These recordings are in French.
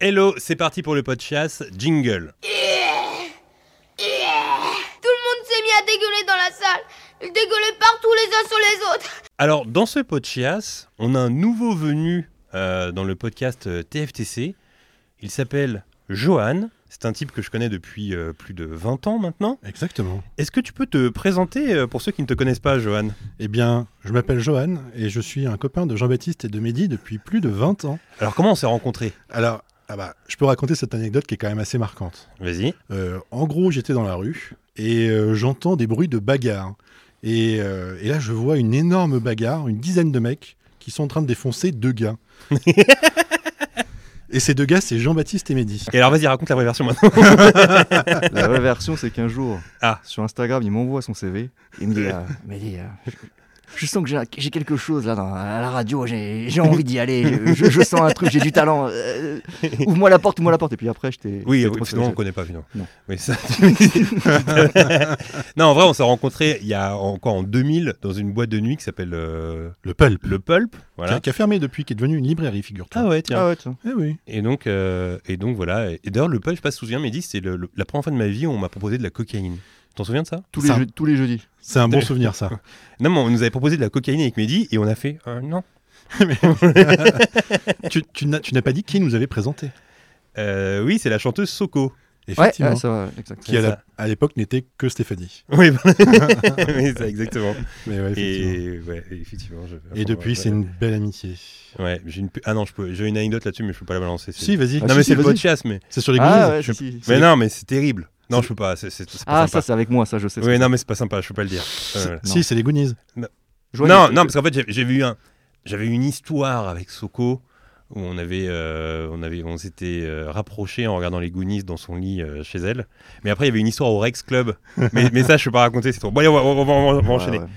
Hello, c'est parti pour le podcast Jingle. Tout le monde s'est mis à dégueuler dans la salle. Ils dégueulaient partout les uns sur les autres. Alors, dans ce podcast, on a un nouveau venu euh, dans le podcast euh, TFTC. Il s'appelle Johan. C'est un type que je connais depuis euh, plus de 20 ans maintenant. Exactement. Est-ce que tu peux te présenter euh, pour ceux qui ne te connaissent pas, Johan Eh bien, je m'appelle Johan et je suis un copain de Jean-Baptiste et de Mehdi depuis plus de 20 ans. Alors, comment on s'est rencontrés Alors, ah bah, je peux raconter cette anecdote qui est quand même assez marquante. Vas-y. Euh, en gros, j'étais dans la rue et euh, j'entends des bruits de bagarre. Et, euh, et là, je vois une énorme bagarre, une dizaine de mecs qui sont en train de défoncer deux gars. et ces deux gars, c'est Jean-Baptiste et Mehdi. Et alors, vas-y, raconte la vraie version maintenant. La vraie version, c'est qu'un jour, Ah. sur Instagram, il m'envoie son CV. Il me dit, euh, Mais dis, euh, je- je sens que j'ai j'ai quelque chose là dans, à la radio, j'ai j'ai envie d'y aller, je, je sens un truc, j'ai du talent. euh, ouvre-moi la porte, ouvre-moi la porte. Et puis après, je t'ai. Oui, je t'ai oui trop parce que non, on ne connaît sollicité. pas finalement. Non. Oui, ça, tu me dis. non, en vrai, on s'est rencontrés il y a encore en 2000 dans une boîte de nuit qui s'appelle euh, Le Pulp, Le Pulp. qui a- Voilà. qui a fermé depuis, qui est devenu une librairie, figure-toi. Ah ouais, tiens. Ah ouais, tiens. Eh oui. Et donc, euh, et donc voilà. Et d'ailleurs, le pub, je sais pas si tu te souviens, mais dit, c'est le- le- la première fois de ma vie où on m'a proposé de la cocaïne. T'en souviens de ça Tous, les Ça- jeux- tous les jeudis. C'est un bon souvenir, ça. Non, mais on nous avait proposé de la cocaïne avec Mehdi et on a fait euh, non. tu tu n'as tu n'as pas dit qui nous avait présenté. Euh, oui, c'est la chanteuse Soko. Ouais, Effectivement. ouais, ça va, exact. qui à C'est la- ça. à l'époque n'était que Stéphanie. Oui, bah- oui, ça, exactement. Mais ouais, effectivement. Et, ouais, effectivement. je- Et, enfin, depuis, ouais, c'est une belle amitié. Ouais, j'ai une. pu- Ah non, je peux- j'ai une anecdote là-dessus, mais je peux pas la balancer. c'est- Si, vas-y. Ah, non, si, mais si, c'est le vas-y. podcast, mais. C'est sur les Ah ouais, je... si, si. Mais non, mais c'est terrible. Non, je peux pas. c'est- c'est- c'est pas Ah, ça, sympa. c'est avec moi, ça, je sais. ce Oui, que non, mais c'est pas sympa. Je peux pas le dire. Euh, voilà. Si, c'est les Goonies. c'est. Joanne, non, elle- non, parce qu'en fait, j'ai- j'ai vu un, j'avais une histoire avec Soko où on avait, euh, on avait, on s'était euh, rapprochés en regardant les Goonies dans son lit euh, chez elle. Mais après, il y avait une histoire au Rex Club. mais, mais ça, je peux pas raconter, c'est trop. Bon, allez, on va, on va- on va- on va Ah Ouais, enchaîner. Ah, ouais.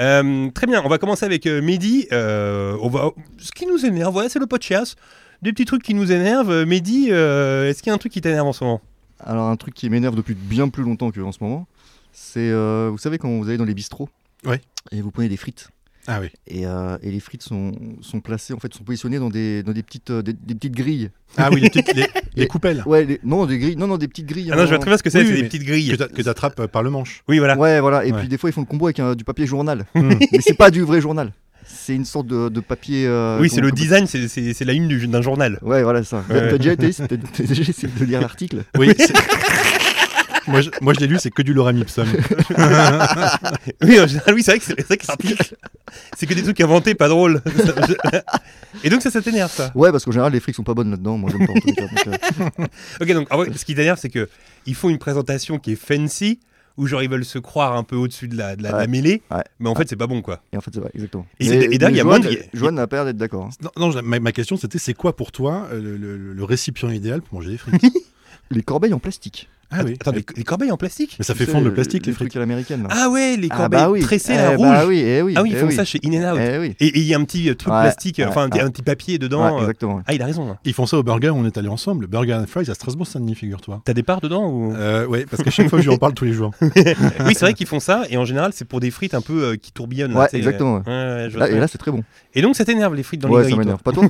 Euh, très bien, on va commencer avec euh, Mehdi. Euh, on va, ce qui nous énerve, voilà, c'est le pot de chasse. Des petits trucs qui nous énervent. Euh, Mehdi, euh, est-ce qu'il y a un truc qui t'énerve en ce moment Alors, un truc qui m'énerve depuis bien plus longtemps qu'en ce moment, c'est. euh, vous savez, quand vous allez dans les bistrots. Ouais. Et vous prenez des frites. Ah oui. Et, euh, et les frites sont, sont placées, en fait, sont positionnées dans des, dans des, petites, euh, des, des petites grilles. Ah oui, les, petites- les- les coupelles Ouais, les- non, des grilles, non, non, des petites grilles. Ah non, je vois hein. très bien ce que c'est. Oui, c'est oui, des mais- petites grilles. que t'a- que t'attrapes euh, par le manche. Oui, voilà. Ouais, voilà. Et Ouais. puis des fois, ils font le combo avec un- du papier journal. Hmm. Mais c'est pas du vrai journal. C'est une sorte de, de papier. euh, oui, c'est comment- le comment- design, c'est- c'est c'est la une du- d'un journal. Ouais, voilà ça. Ouais. T'as déjà été t'as- t'as déjà essayé de lire l'article Oui. c'est- moi, je, moi, je l'ai lu, c'est que du Laura Mipsum. Oui, en général, oui, c'est vrai que c'est c'est vrai que c'est article. C'est que des trucs inventés, pas drôles. Et donc ça, ça t'énerve, ça. Ouais, parce qu'en général, les frics sont pas bonnes là-dedans. Moi, j'aime pas. en tous les cas, donc, euh, Ok, donc en vrai, ce qui t'énerve, c'est que ils font une présentation qui est fancy, où genre ils veulent se croire un peu au-dessus de la, de la, de la Ouais. mêlée, Ouais. mais en fait, c'est pas bon, quoi. Et en fait, c'est vrai, exactement. Et c'est- et Mais- d'ailleurs, il mais y a Joanne- moins de- Joanne n'a pas l'air d'être d'accord. hein. Non, non, je- ma, ma question, c'était c'est quoi pour toi euh, le, le- le récipient idéal pour manger des frites Les corbeilles en plastique. Ah oui. Attends, des, des corbeilles en plastique Mais ça Tu fait sais, fondre le plastique, les les frites. trucs à l'américaine. là. Ah ouais, les corbeilles bah oui. tressées, Eh la rouge. Bah oui, eh oui. Ah oui, ils eh font oui. ça chez In-N-Out. Eh oui. Et et il y a un petit euh, truc Ouais, plastique, ouais, enfin un- ouais. un petit papier dedans. Ouais, euh. exactement. Ah, il a raison. là. Ils font ça au burger, on est allé ensemble. Burger and Fries à Strasbourg-Saint-Denis, figure-toi. T'as des parts dedans ou... Euh, oui, parce qu'à chaque fois, je lui en parle tous les jours. Oui, c'est vrai qu'ils font ça, et en général, c'est pour des frites un peu euh, qui tourbillonnent. là, Ouais, tu sais, exactement, ouais. ouais, ouais, je vois très Là, et bien. là, c'est très bon. Et donc ça t'énerve les frites dans ouais, les ça grilles toi. m'énerve. Pas toi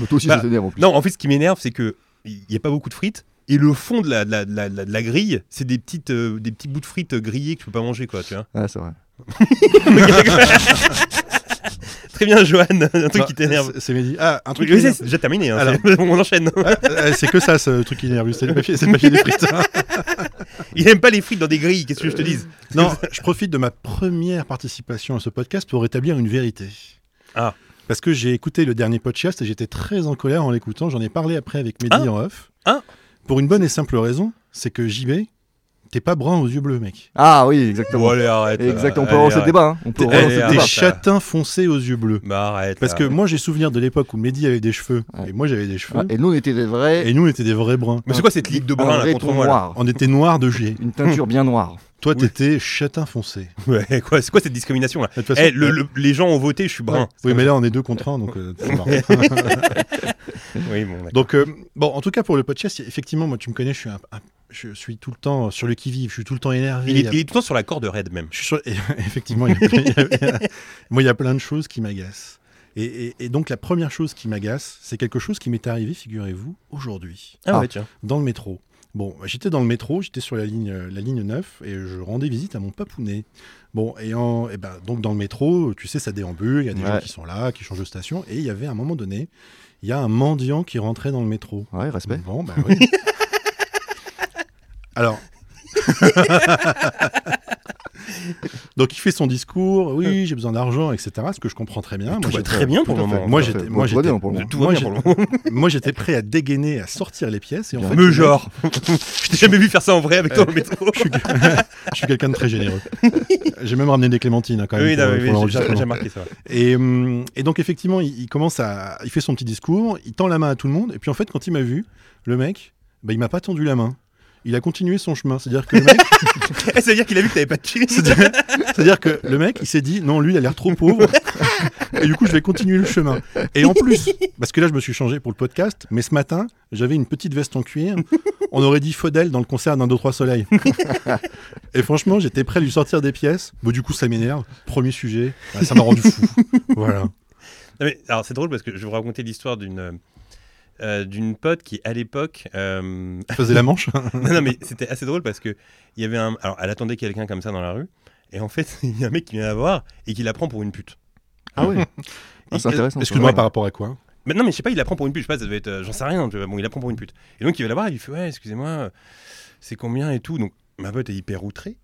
Mais Toi aussi, Bah, ça t'énerve en plus. Non, en fait, ce qui m'énerve, c'est que il n'y a pas beaucoup de frites. Et le fond de la, de la, de la, de la grille, c'est des, petites, euh, des petits bouts de frites grillés que tu peux pas manger, quoi, tu vois. Ouais, c'est vrai. Très bien, Johan, un Bah, truc qui t'énerve. C'est- C'est Mehdi. Ah, un truc Oui, qui c'est m'énerve. c'est déjà terminé, hein, Alors. c'est- on enchaîne. Euh, C'est que ça, ce truc qui énerve. C'est le papier, c'est le papier des frites. Il aime pas les frites dans des grilles, qu'est-ce que je te dise Non, je profite de ma première participation à ce podcast pour rétablir une vérité. Ah. Parce que j'ai écouté le dernier podcast et j'étais très en colère en l'écoutant. J'en ai parlé après avec Mehdi en off. Ah. Pour une bonne et simple raison, c'est que JB, T'es pas brun aux yeux bleus, mec. Ah oui, exactement. Bon, Oh, allez, arrête. là. Exactement, on peut Allez, relancer le arrête. débat. hein. On peut T'es Allez, relancer le t'es arrête. débat. châtain foncé aux yeux bleus. Bah, arrête. Parce là. que moi, j'ai souvenir de l'époque où Mehdi avait des cheveux. Ouais. Et moi, j'avais des cheveux. Ah, Et nous, on était des vrais. Et nous, on était des vrais bruns. Mais c'est quoi cette ligue de un brun là vrai contre tronc moi là noir. On était noirs de gilet. Une teinture bien noire. Toi, Oui. t'étais châtain foncé. Ouais, quoi, C'est quoi cette discrimination là De toute façon, Eh, le- le- les gens ont voté, je suis Ouais. brun. Oui, mais là, on est deux contre un, donc euh, c'est marrant. Oui, bon, d'accord. Donc, euh, bon, en tout cas, pour le podcast, effectivement, moi, tu me connais, je suis, un- un- je suis tout le temps sur le qui-vive, je suis tout le temps énervé. il, est, y a- il est tout le temps sur la corde raide même. je suis sur- Effectivement, il y a plein- il y a- moi, il y a plein de choses qui m'agacent. Et, et- et donc, la première chose qui m'agace, c'est quelque chose qui m'est arrivé, figurez-vous, aujourd'hui, Ah. ouais, tiens. dans le métro. Bon, j'étais dans le métro, j'étais sur la ligne, la ligne 9 et je rendais visite à mon papounet. Bon, et, en, et ben, donc dans le métro, tu sais, ça déambule, il y a des Ouais. gens qui sont là, qui changent de station, et il y avait à un moment donné, il y a un mendiant qui rentrait dans le métro. Ouais, respect. Bon, bah oui. Alors. Donc il fait son discours, oui, j'ai besoin d'argent, etc. Ce que je comprends très bien. Tout va j'étais- très bien pour le Tout à fait. moment. Moi, Tout à j'étais- fait. moi, Tout va j'étais- bien pour le moment. Tout va Moi, bien j'ai- pour le moment. moi, j'étais prêt à dégainer, à sortir les pièces. Et en fait, Me genre. Je t'ai jamais vu faire ça en vrai avec toi au métro. je suis, je suis quelqu'un de très généreux. J'ai même ramené des clémentines hein, quand même. Oui, pour- non, mais pour oui, j'ai- l'enregistrement. j'ai j'ai marqué ça. et, hum, et donc effectivement, il, il commence à, il fait son petit discours, il tend la main à tout le monde. Et puis en fait, quand il m'a vu, le mec, bah, il m'a pas tendu la main. Il a continué son chemin. C'est-à-dire que le mec, Eh, Ça veut dire qu'il a vu que t'avais pas de chemise. c'est-à-dire que le mec, il s'est dit non, lui, il a l'air trop pauvre. Et du coup, je vais continuer le chemin. Et en plus, parce que là, je me suis changé pour le podcast, mais ce matin, j'avais une petite veste en cuir. On aurait dit Faudel dans le concert d'un 2-3 soleil. Et franchement, j'étais prêt à lui sortir des pièces. Bon, du coup, ça m'énerve. Premier sujet, Ah, ça m'a rendu fou. Voilà. Non, mais, alors c'est drôle parce que je vais vous raconter l'histoire d'une euh, d'une pote qui à l'époque euh, Je faisais la manche. non, non, mais c'était assez drôle parce que il y avait un alors elle attendait quelqu'un comme ça dans la rue et en fait il y a un mec qui vient la voir et qui la prend pour une pute. Ah ouais. Ah, c'est Et- intéressant. ça. Excuse-moi Ouais. par rapport à quoi Mais non mais je sais pas il la prend pour une pute je sais pas ça devait être euh, j'en sais rien tu vois, bon il la prend pour une pute et donc il va la voir il lui fait ouais excusez-moi euh, c'est combien et tout donc ma pote est hyper outrée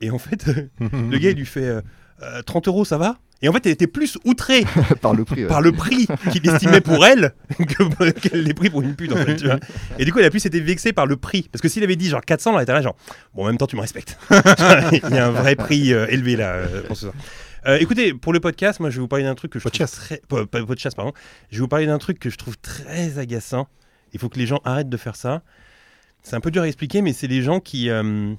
et en fait le gars il lui fait euh, Euh, 30 euros ça va et en fait elle était plus outrée par le prix. ouais. par le prix qu'il estimait pour elle que- qu'elle l'ait pris pour une pute en fait, tu vois. Et du coup, il a plus été vexé par le prix. Parce que s'il avait dit genre 400, là, il était là genre, bon, en même temps, tu me respectes. il y a un vrai prix euh, élevé là euh, pour ce soir. Euh, écoutez, pour le podcast, moi je vais vous parler d'un truc que je Podcast. trouve très po- po- podcast, pardon. Je vais vous parler d'un truc que je trouve très agaçant. Il faut que les gens arrêtent de faire ça. C'est un peu dur à expliquer, mais c'est les gens qui euh,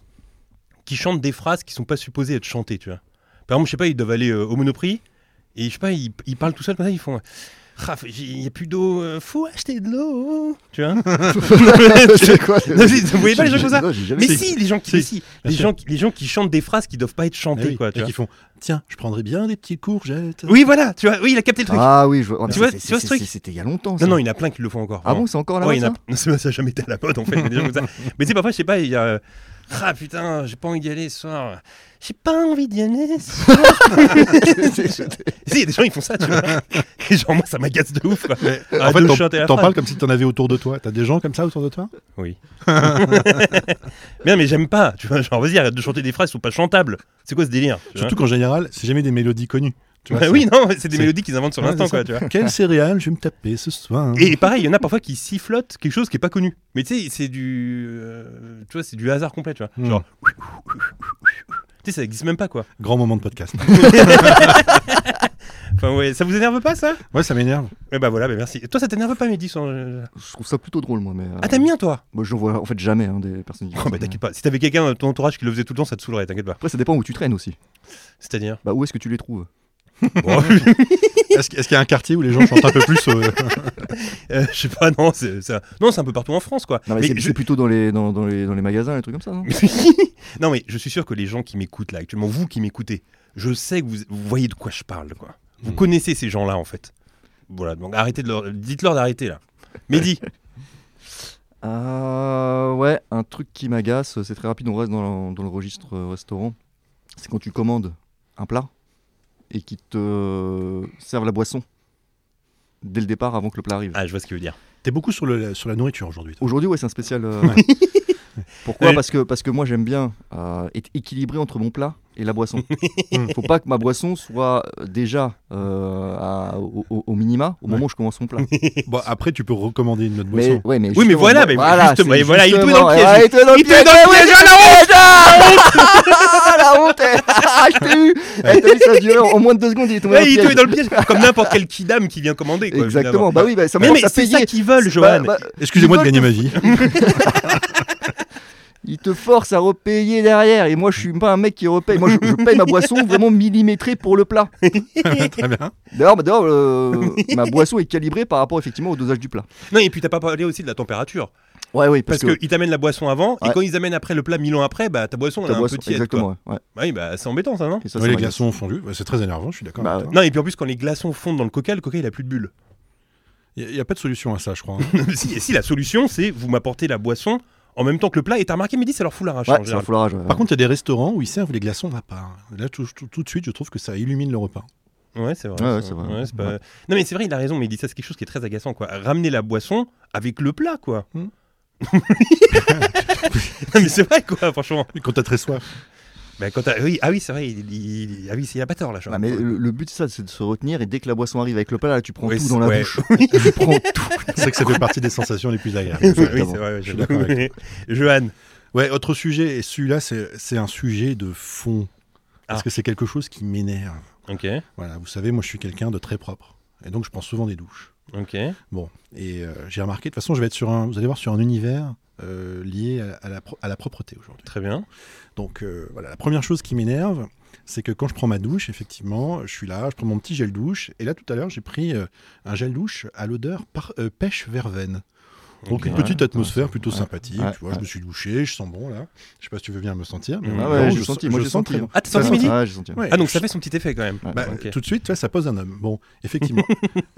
qui chantent des phrases qui sont pas supposées être chantées, tu vois. Par exemple, je sais pas, ils doivent aller euh, au Monoprix et je sais pas, ils, ils parlent tout seuls comme ça, ils font. euh, Ah, faut- j'ai- il n'y a plus d'eau, euh, faut acheter de l'eau. Tu vois C'est quoi c'est- Non, mais vous voyez pas les gens J'ai- comme ça non, j'ai jamais Mais vu. si, les gens qui, Si, mais si, les sûr. gens, qui- les gens qui chantent des phrases qui doivent pas être Ah chantées, oui, quoi. Tu et vois. qui font Tiens, je prendrais bien des petites courgettes. Oui, voilà, tu vois, oui, il a capté le truc. Ah oui, je vois. Oh, mais Tu vois- c'est- tu vois ce c'est- truc c'est- C'était il y a longtemps. ça. non, non, il y en a plein qui le font encore. Ah bon, vraiment. c'est encore là Ouais, il y en a- ça Non, c'est- ça n'a jamais été à la mode en fait. mais des gens comme ça. Mais tu sais, parfois, je sais pas, il y a. euh, Ah putain, j'ai pas envie d'y aller ce soir. J'ai pas envie d'y aller ce soir. si, il y a des gens, ils font ça, tu vois. Et genre, moi, ça m'agace de ouf, quoi. en Arrête fait, de t'en- chanter la t'en phrase. parles comme si t'en avais autour de toi. T'as des gens comme ça autour de toi Oui. mais non, mais j'aime pas. Tu vois, genre, vas-y, arrête de chanter des phrases qui sont pas chantables. C'est quoi ce délire tu vois Surtout qu'en général, c'est jamais des mélodies connues. Tu vois, Bah c'est- oui, non, c'est des c'est- mélodies qu'ils inventent sur Ouais, l'instant, c'est ça. quoi, tu vois. Quelle céréale je vais me taper ce soir Et pareil, il y en a parfois qui sifflotent quelque chose qui est pas connu. Mais tu sais, c'est du, euh, tu vois, c'est du hasard complet, tu vois. Hmm. Genre, tu sais, ça existe même pas, quoi. Grand moment de podcast. Enfin, ouais, ça vous énerve pas, ça Ouais, ça m'énerve. Eh bah voilà, bah merci. Toi, ça t'énerve pas, Mehdi sans- euh, Je trouve ça plutôt drôle, moi. Mais, euh, Ah, t'aimes bien, toi Moi, j'en vois en fait jamais hein, des personnes qui. Oh, bah t'inquiète pas. Si t'avais quelqu'un dans ton entourage qui le faisait tout le temps, ça te saoulerait, t'inquiète pas. Après, ça dépend où tu traînes aussi. C'est-à-dire Bah, où est-ce que tu les trouves Bon, Est-ce qu'il est-ce qu'il y a un quartier où les gens chantent un peu plus euh, euh, Je sais pas, non, c'est ça. Non, c'est un peu partout en France, quoi. Non, mais, c'est je- c'est plutôt dans les, dans, dans les, dans les magasins, les trucs comme ça, non non mais je suis sûr que les gens qui m'écoutent là actuellement, vous qui m'écoutez, je sais que vous, vous voyez de quoi je parle quoi. Vous Mm. connaissez ces gens là en fait. Voilà donc arrêtez de leur, dites-leur d'arrêter là. Mehdi, Euh, ouais, un truc qui m'agace, c'est très rapide, on reste dans le, dans le registre euh, restaurant. C'est quand tu commandes un plat et qu'ils te servent la boisson dès le départ avant que le plat arrive. ah je vois ce qu'il veut dire. T'es beaucoup sur, le, sur la nourriture aujourd'hui. toi. Aujourd'hui, ouais, c'est un spécial. euh, Ouais. Pourquoi Mais- parce que, parce que moi j'aime bien euh, être équilibré entre mon plat et la boisson. Faut pas que ma boisson soit euh, déjà euh, à- au, au- au minima au moment où je commence mon plat. Bon, après, tu peux recommander une autre mais, boisson. ouais, mais Oui, mais justement, voilà, mais justement, c'est et voilà, il te met dans le justement- piège. ah, il te met dans le Il te met dans le piège, ouais, ah, la honte Ah, la honte eh. Ah, je t'ai eu Eh, t'as vu, ça a duré en moins de deux secondes, il est tombé Ouais, il dans te le met piège. dans le piège, comme n'importe quel kidam qui vient commander. Quoi, Exactement, évidemment. bah oui, bah, ça me Mais, mais force à c'est ça payer. qu'ils veulent, Bah, Johan. bah, Excusez-moi de Ils gagner ma vie. Il te force à repayer derrière. Et moi, je suis pas un mec qui repaye. Moi, je, je paye ma boisson vraiment millimétrée pour le plat. Très bien. D'ailleurs, bah, d'ailleurs, euh, ma boisson est calibrée par rapport effectivement au dosage du plat. Non, et puis t'as pas parlé aussi de la température. Ouais, oui, Parce, parce, qu'ils t'amènent la boisson avant, et Ouais. quand ils amènent après le plat mille ans après, bah ta boisson elle ta est un boisson, peu tiède. exactement. ouais, ouais. quoi. Oui, bah c'est embêtant ça, non Et ça, Ouais, ça les m'agace. glaçons ont fondu. Ouais, c'est très énervant, je suis d'accord. Bah, avec toi. Non, et puis en plus, quand les glaçons fondent dans le coca, le coca il a plus de bulles. Il n'y a, pas de solution à ça, je crois. hein. si, si, la solution c'est vous m'apportez la boisson en même temps que le plat, et t'as remarqué, Mehdi, ça leur fout la rage. en Ouais, c'est un général. foulage. Par contre, il y a des restaurants où ils servent les glaçons à part. Là, tout, tout- tout de suite, je trouve que ça illumine le repas. Ouais, c'est vrai. Ouais, ouais, ça. c'est vrai. Ouais, c'est pas- Non, mais c'est vrai, il a raison, mais il dit ça, c'est quelque chose qui est très agaçant, quoi. Ramener la boisson avec le plat, quoi. Hmm. Non, mais c'est vrai, quoi, franchement. Et Quand t'as très soif. Bah, quand t'as- oui, ah oui, c'est vrai, il, il- il- ah oui, c'est- il a pas tort, là, genre. Bah, mais le, le but, c'est ça, c'est de se retenir. Et dès que la boisson arrive avec le plat, là, tu prends Ouais, tout c'est- dans la ouais. bouche. tu prends tout. C'est vrai que ça fait partie des sensations les plus Oui, agréables. c'est vrai, Exactement. ouais, Je suis j'avoue. d'accord avec Johan, Ouais, autre sujet, et celui-là, c'est c'est un sujet de fond. Parce Ah. que c'est quelque chose qui m'énerve. ok, Voilà, vous savez, moi, je suis quelqu'un de très propre. Et donc, je prends souvent des douches. ok. Bon, et euh, j'ai remarqué, de toute façon, je vais être sur un, vous allez voir, sur un univers euh, lié à, à la, pro- à la propreté aujourd'hui. Très bien. Donc euh, voilà, la première chose qui m'énerve, c'est que quand je prends ma douche, effectivement, je suis là, je prends mon petit gel douche, et là tout à l'heure, j'ai pris euh, un gel douche à l'odeur par- euh, pêche verveine. Donc Ok. une petite atmosphère plutôt sympathique, ouais, tu vois, je ouais. me suis douché, je sens bon là. Je sais pas si tu veux bien me sentir, mais Ah bon, ouais, non, j'ai je senti, sens- moi, je j'ai sens senti, très hein. bon. Ah, t'es sorti Ouais, midi Ah, j'ai senti. Ouais, Ah, donc je- ça fait son petit effet, quand même. euh, Ouais. bah, Ok. Tout de suite, tu vois, ça pose un homme. Bon, effectivement.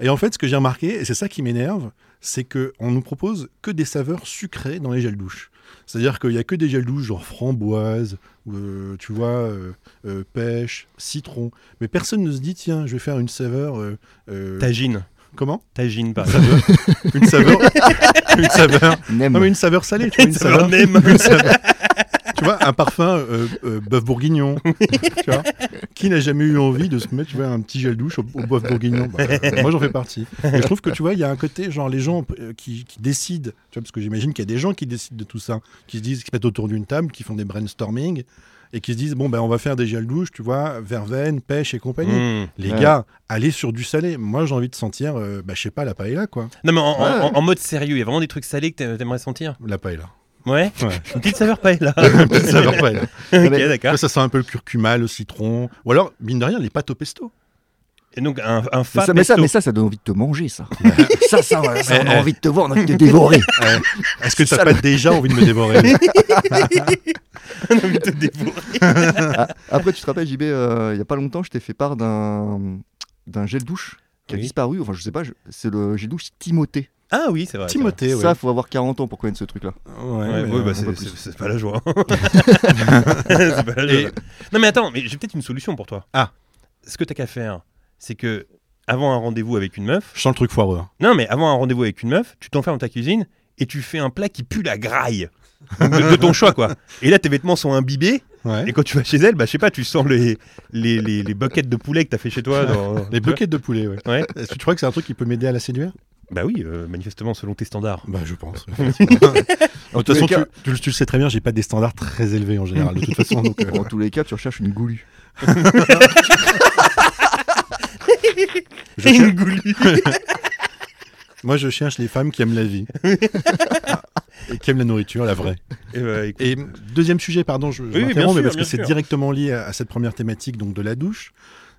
et en fait, ce que j'ai remarqué, et c'est ça qui m'énerve, c'est qu'on nous propose que des saveurs sucrées dans les gels douches. C'est-à-dire qu'il n'y a que des gels douches genre framboise, euh, tu vois, euh, euh, pêche, citron. Mais personne ne se dit, tiens, je vais faire une saveur. euh, euh, Tagine. comment Tagine, par Une saveur. une saveur. une saveur. Nem. Non, mais une saveur salée, tu vois. Une, saveur. même. une saveur- Tu vois, un parfum euh, euh, bœuf bourguignon. tu vois Qui n'a jamais eu envie de se mettre tu vois, un petit gel douche au, au bœuf bourguignon Bah, euh, Moi, j'en fais partie. Et je trouve que, tu vois, il y a un côté, genre, les gens euh, qui, qui décident, tu vois, parce que j'imagine qu'il y a des gens qui décident de tout ça, qui se disent, qui se mettent autour d'une table, qui font des brainstorming et qui se disent, bon, ben, on va faire des gels douches, tu vois, verveine, pêche et compagnie. Mm. Les Ouais. gars, allez sur du salé. Moi, j'ai envie de sentir, euh, bah, je sais pas, la paella, quoi. Non, mais en, en- Ouais. en- en mode sérieux, il y a vraiment des trucs salés que t'a- t'aimerais sentir La paella. Ouais, Ouais. Une petite saveur paella. Petite saveur paella. ok, mais- d'accord. Ça, ça sent un peu le curcuma, le citron. Ou alors, mine de rien, les pâtes au pesto. Et donc, un, un Mais fat ça, mais, ça, pesto. mais ça, ça donne envie de te manger, ça. ça, ça, voilà, ça, on Eh, a envie de te voir, on a envie de te dévorer. Euh, Est-ce que t'as Ça, pas déjà envie de me dévorer On a envie de te dévorer. Ah, Après, tu te rappelles, JB, euh, il y a pas longtemps, je t'ai fait part d'un d'un gel douche qui a Oui. disparu. Enfin, je sais pas, je- c'est le gel douche Timothée. Ah oui, c'est vrai. c'est vrai. Timothée, ouais. Ça, faut avoir 40 ans pour connaître ce truc-là. Ouais, Ouais, mais, ouais, euh, bah, peut c'est- plus. c'est c'est pas la joie. hein. c'est pas la joie. Et- Non mais attends, mais j'ai peut-être une solution pour toi. Ah. Ce que t'as qu'à faire, c'est que avant un rendez-vous avec une meuf, Je sens le truc foireux. hein. non mais avant un rendez-vous avec une meuf, tu t'enfermes dans ta cuisine et tu fais un plat qui pue la graille de, de ton choix quoi. Et là tes vêtements sont imbibés Ouais. et quand tu vas chez elle, bah je sais pas, tu sens les les, les, les buckets de poulet que t'as fait chez toi. dans- Les tu vois buckets de poulet, ouais. Ouais. Est-ce que tu crois que c'est un truc qui peut m'aider à la séduire Bah oui, euh, manifestement selon tes standards. Bah, je pense. De toute tous les façon, cas- tu, tu le- tu le sais très bien, j'ai pas des standards très élevés en général. De toute façon, donc, euh, En tous les cas, tu recherches une goulue. je cher- moi, je cherche les femmes qui aiment la vie. Et qui aiment la nourriture, la vraie. Et bah, écoute, Et deuxième sujet, pardon, je, je Oui, oui, bien m'interromps, sûr, mais parce que bien c'est sûr. directement lié à, à cette première thématique donc de la douche,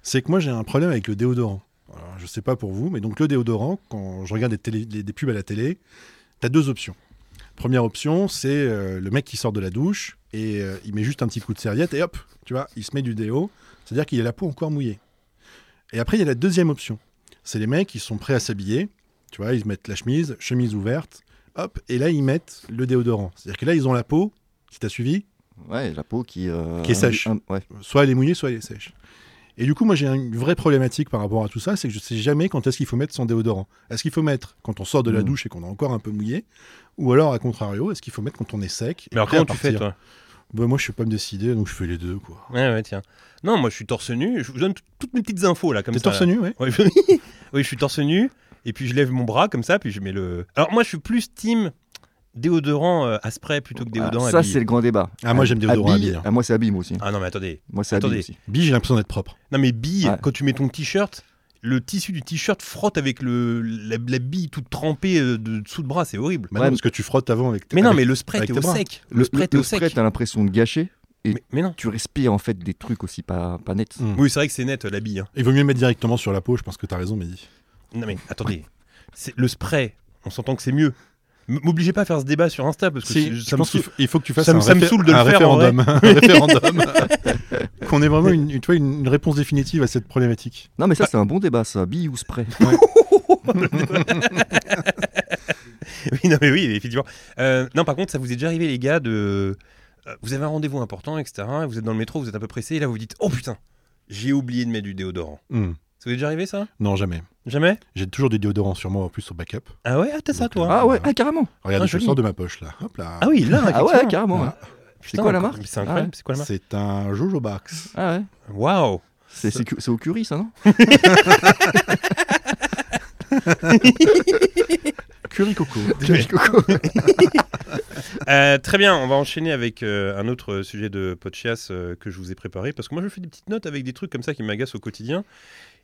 c'est que moi j'ai un problème avec le déodorant. Alors, je sais pas pour vous, mais donc le déodorant, quand je regarde des, télé- des- des pubs à la télé, t'as deux options. Première option, c'est euh, le mec qui sort de la douche et euh, il met juste un petit coup de serviette et hop, tu vois, il se met du déo, c'est-à-dire qu'il a la peau encore mouillée. Et après, il y a la deuxième option, c'est les mecs qui sont prêts à s'habiller, tu vois, ils mettent la chemise, chemise ouverte, hop, et là ils mettent le déodorant. C'est-à-dire que là, ils ont la peau qui t'a suivi, Ouais, la peau qui. euh, Qui est sèche. un- ouais. soit elle est mouillée, soit elle est sèche. Et du coup, moi, j'ai une vraie problématique par rapport à tout ça, c'est que je sais jamais quand est-ce qu'il faut mettre son déodorant. Est-ce qu'il faut mettre quand on sort de la Mm. douche et qu'on est encore un peu mouillé, ou alors, à contrario, est-ce qu'il faut mettre quand on est sec et Mais alors prêt comment à tu fais partir toi Bah, moi, je suis pas me décider, donc je fais les deux, quoi. hein. Ouais ouais tiens. Non moi je suis torse nu. Je vous donne t- toutes mes petites infos là comme T'es ça. torse nu, ouais. Ouais, je- oui, je suis torse nu et puis je lève mon bras comme ça puis je mets le. Alors moi je suis plus team déodorant euh, à spray plutôt que Ah, déodorant à ça, billes. c'est le grand débat. Ah, moi, j'aime déodorant à Habille- billes. Ah, moi, c'est habille, moi aussi. Ah non mais attendez. Moi, c'est Attendez. habille aussi. Bi, j'ai l'impression d'être propre. Non mais bille. Ouais. Quand tu mets ton t-shirt, le tissu du t-shirt frotte avec le la, la bille toute trempée euh, de dessous de bras. C'est horrible. Maintenant, Ouais, Bah, parce que tu frottes avant avec. Mais non avec- mais le spray avec t'es tes au bras. sec. Le spray t'es au sec. t'as l'impression de gâcher. et- Mais- Mais non. Tu respires en fait des trucs aussi pas, pas nets. Mm. Oui c'est vrai que c'est net euh, la bille. hein. Il vaut mieux mettre directement sur la peau, je pense que t'as raison, Mehdi. Non mais attendez, c'est le spray, on s'entend que c'est mieux. M- M'obligez pas à faire ce débat sur Insta parce que c'est- je ça me pense qu'il saoule. faut, il faut que tu fasses ça me- un, ça me réfé- saoule de le un faire, en vrai. référendum. hein. Un référendum. Qu'on ait vraiment une, une- tu vois, une réponse définitive à cette problématique. Non, mais Ah. ça, c'est un bon débat, ça. Bille ou spray Oui, non mais oui, effectivement. Euh, non par contre, ça vous est déjà arrivé les gars de... euh, Vous avez un rendez-vous important, etc. Vous êtes dans le métro, vous êtes un peu pressé et là vous vous dites, oh putain, j'ai oublié de mettre du déodorant. Hmm. Ça vous est déjà arrivé ça Non, jamais. Jamais J'ai toujours des déodorants sur moi en plus au backup. Ah ouais, ah t'as ça Donc, toi euh, Ah ouais, ah, carrément. Regarde, Ah, je le joli. sors de ma poche là. Hop là. Ah oui, là, Ah ouais, effectivement. carrément. Ah. Putain, quoi la encore- marque C'est incroyable, c'est quoi la marque C'est un Jojo Box. Ah ouais. Waouh C'est- C'est cu- c'est au curry, ça, non Curry Coco. Curry coco. Euh, Très bien, on va enchaîner avec euh, un autre sujet de podcast euh, que je vous ai préparé parce que moi je fais des petites notes avec des trucs comme ça qui m'agacent au quotidien.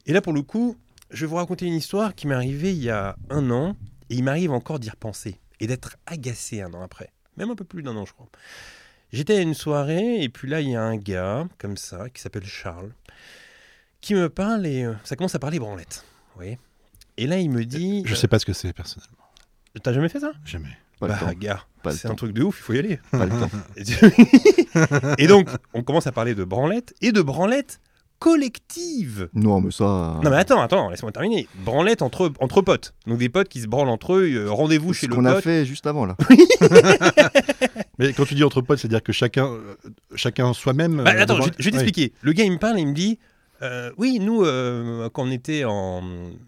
Et là pour le coup, je vais vous raconter une histoire qui m'est arrivée il y a un an et il m'arrive encore d'y repenser et d'être agacé un an après, même un peu plus d'un an je crois. J'étais à une soirée et puis là il y a un gars comme ça qui s'appelle Charles qui me parle et euh, ça commence à parler branlette, vous voyez. Et là il me dit, Je sais pas ce que c'est personnellement. euh, t'as jamais fait ça Jamais. Pas le bah, temps, gars, Pas le c'est un temps. truc de ouf, il faut y aller. pas le temps. et donc, on commence à parler de branlette et de branlette collective. Non, mais ça. Non mais attends, attends, laisse-moi terminer. Branlette entre, entre potes. Donc des potes qui se branlent entre eux, euh, rendez-vous ce chez le qu'on a pote. fait juste avant là. Mais quand tu dis entre potes, c'est-à-dire que chacun, euh, chacun soi-même. Bah, euh, attends, devant- je, je vais Ouais. t'expliquer. Le gars, il me parle et il me dit euh, Oui, nous, euh, quand on était en,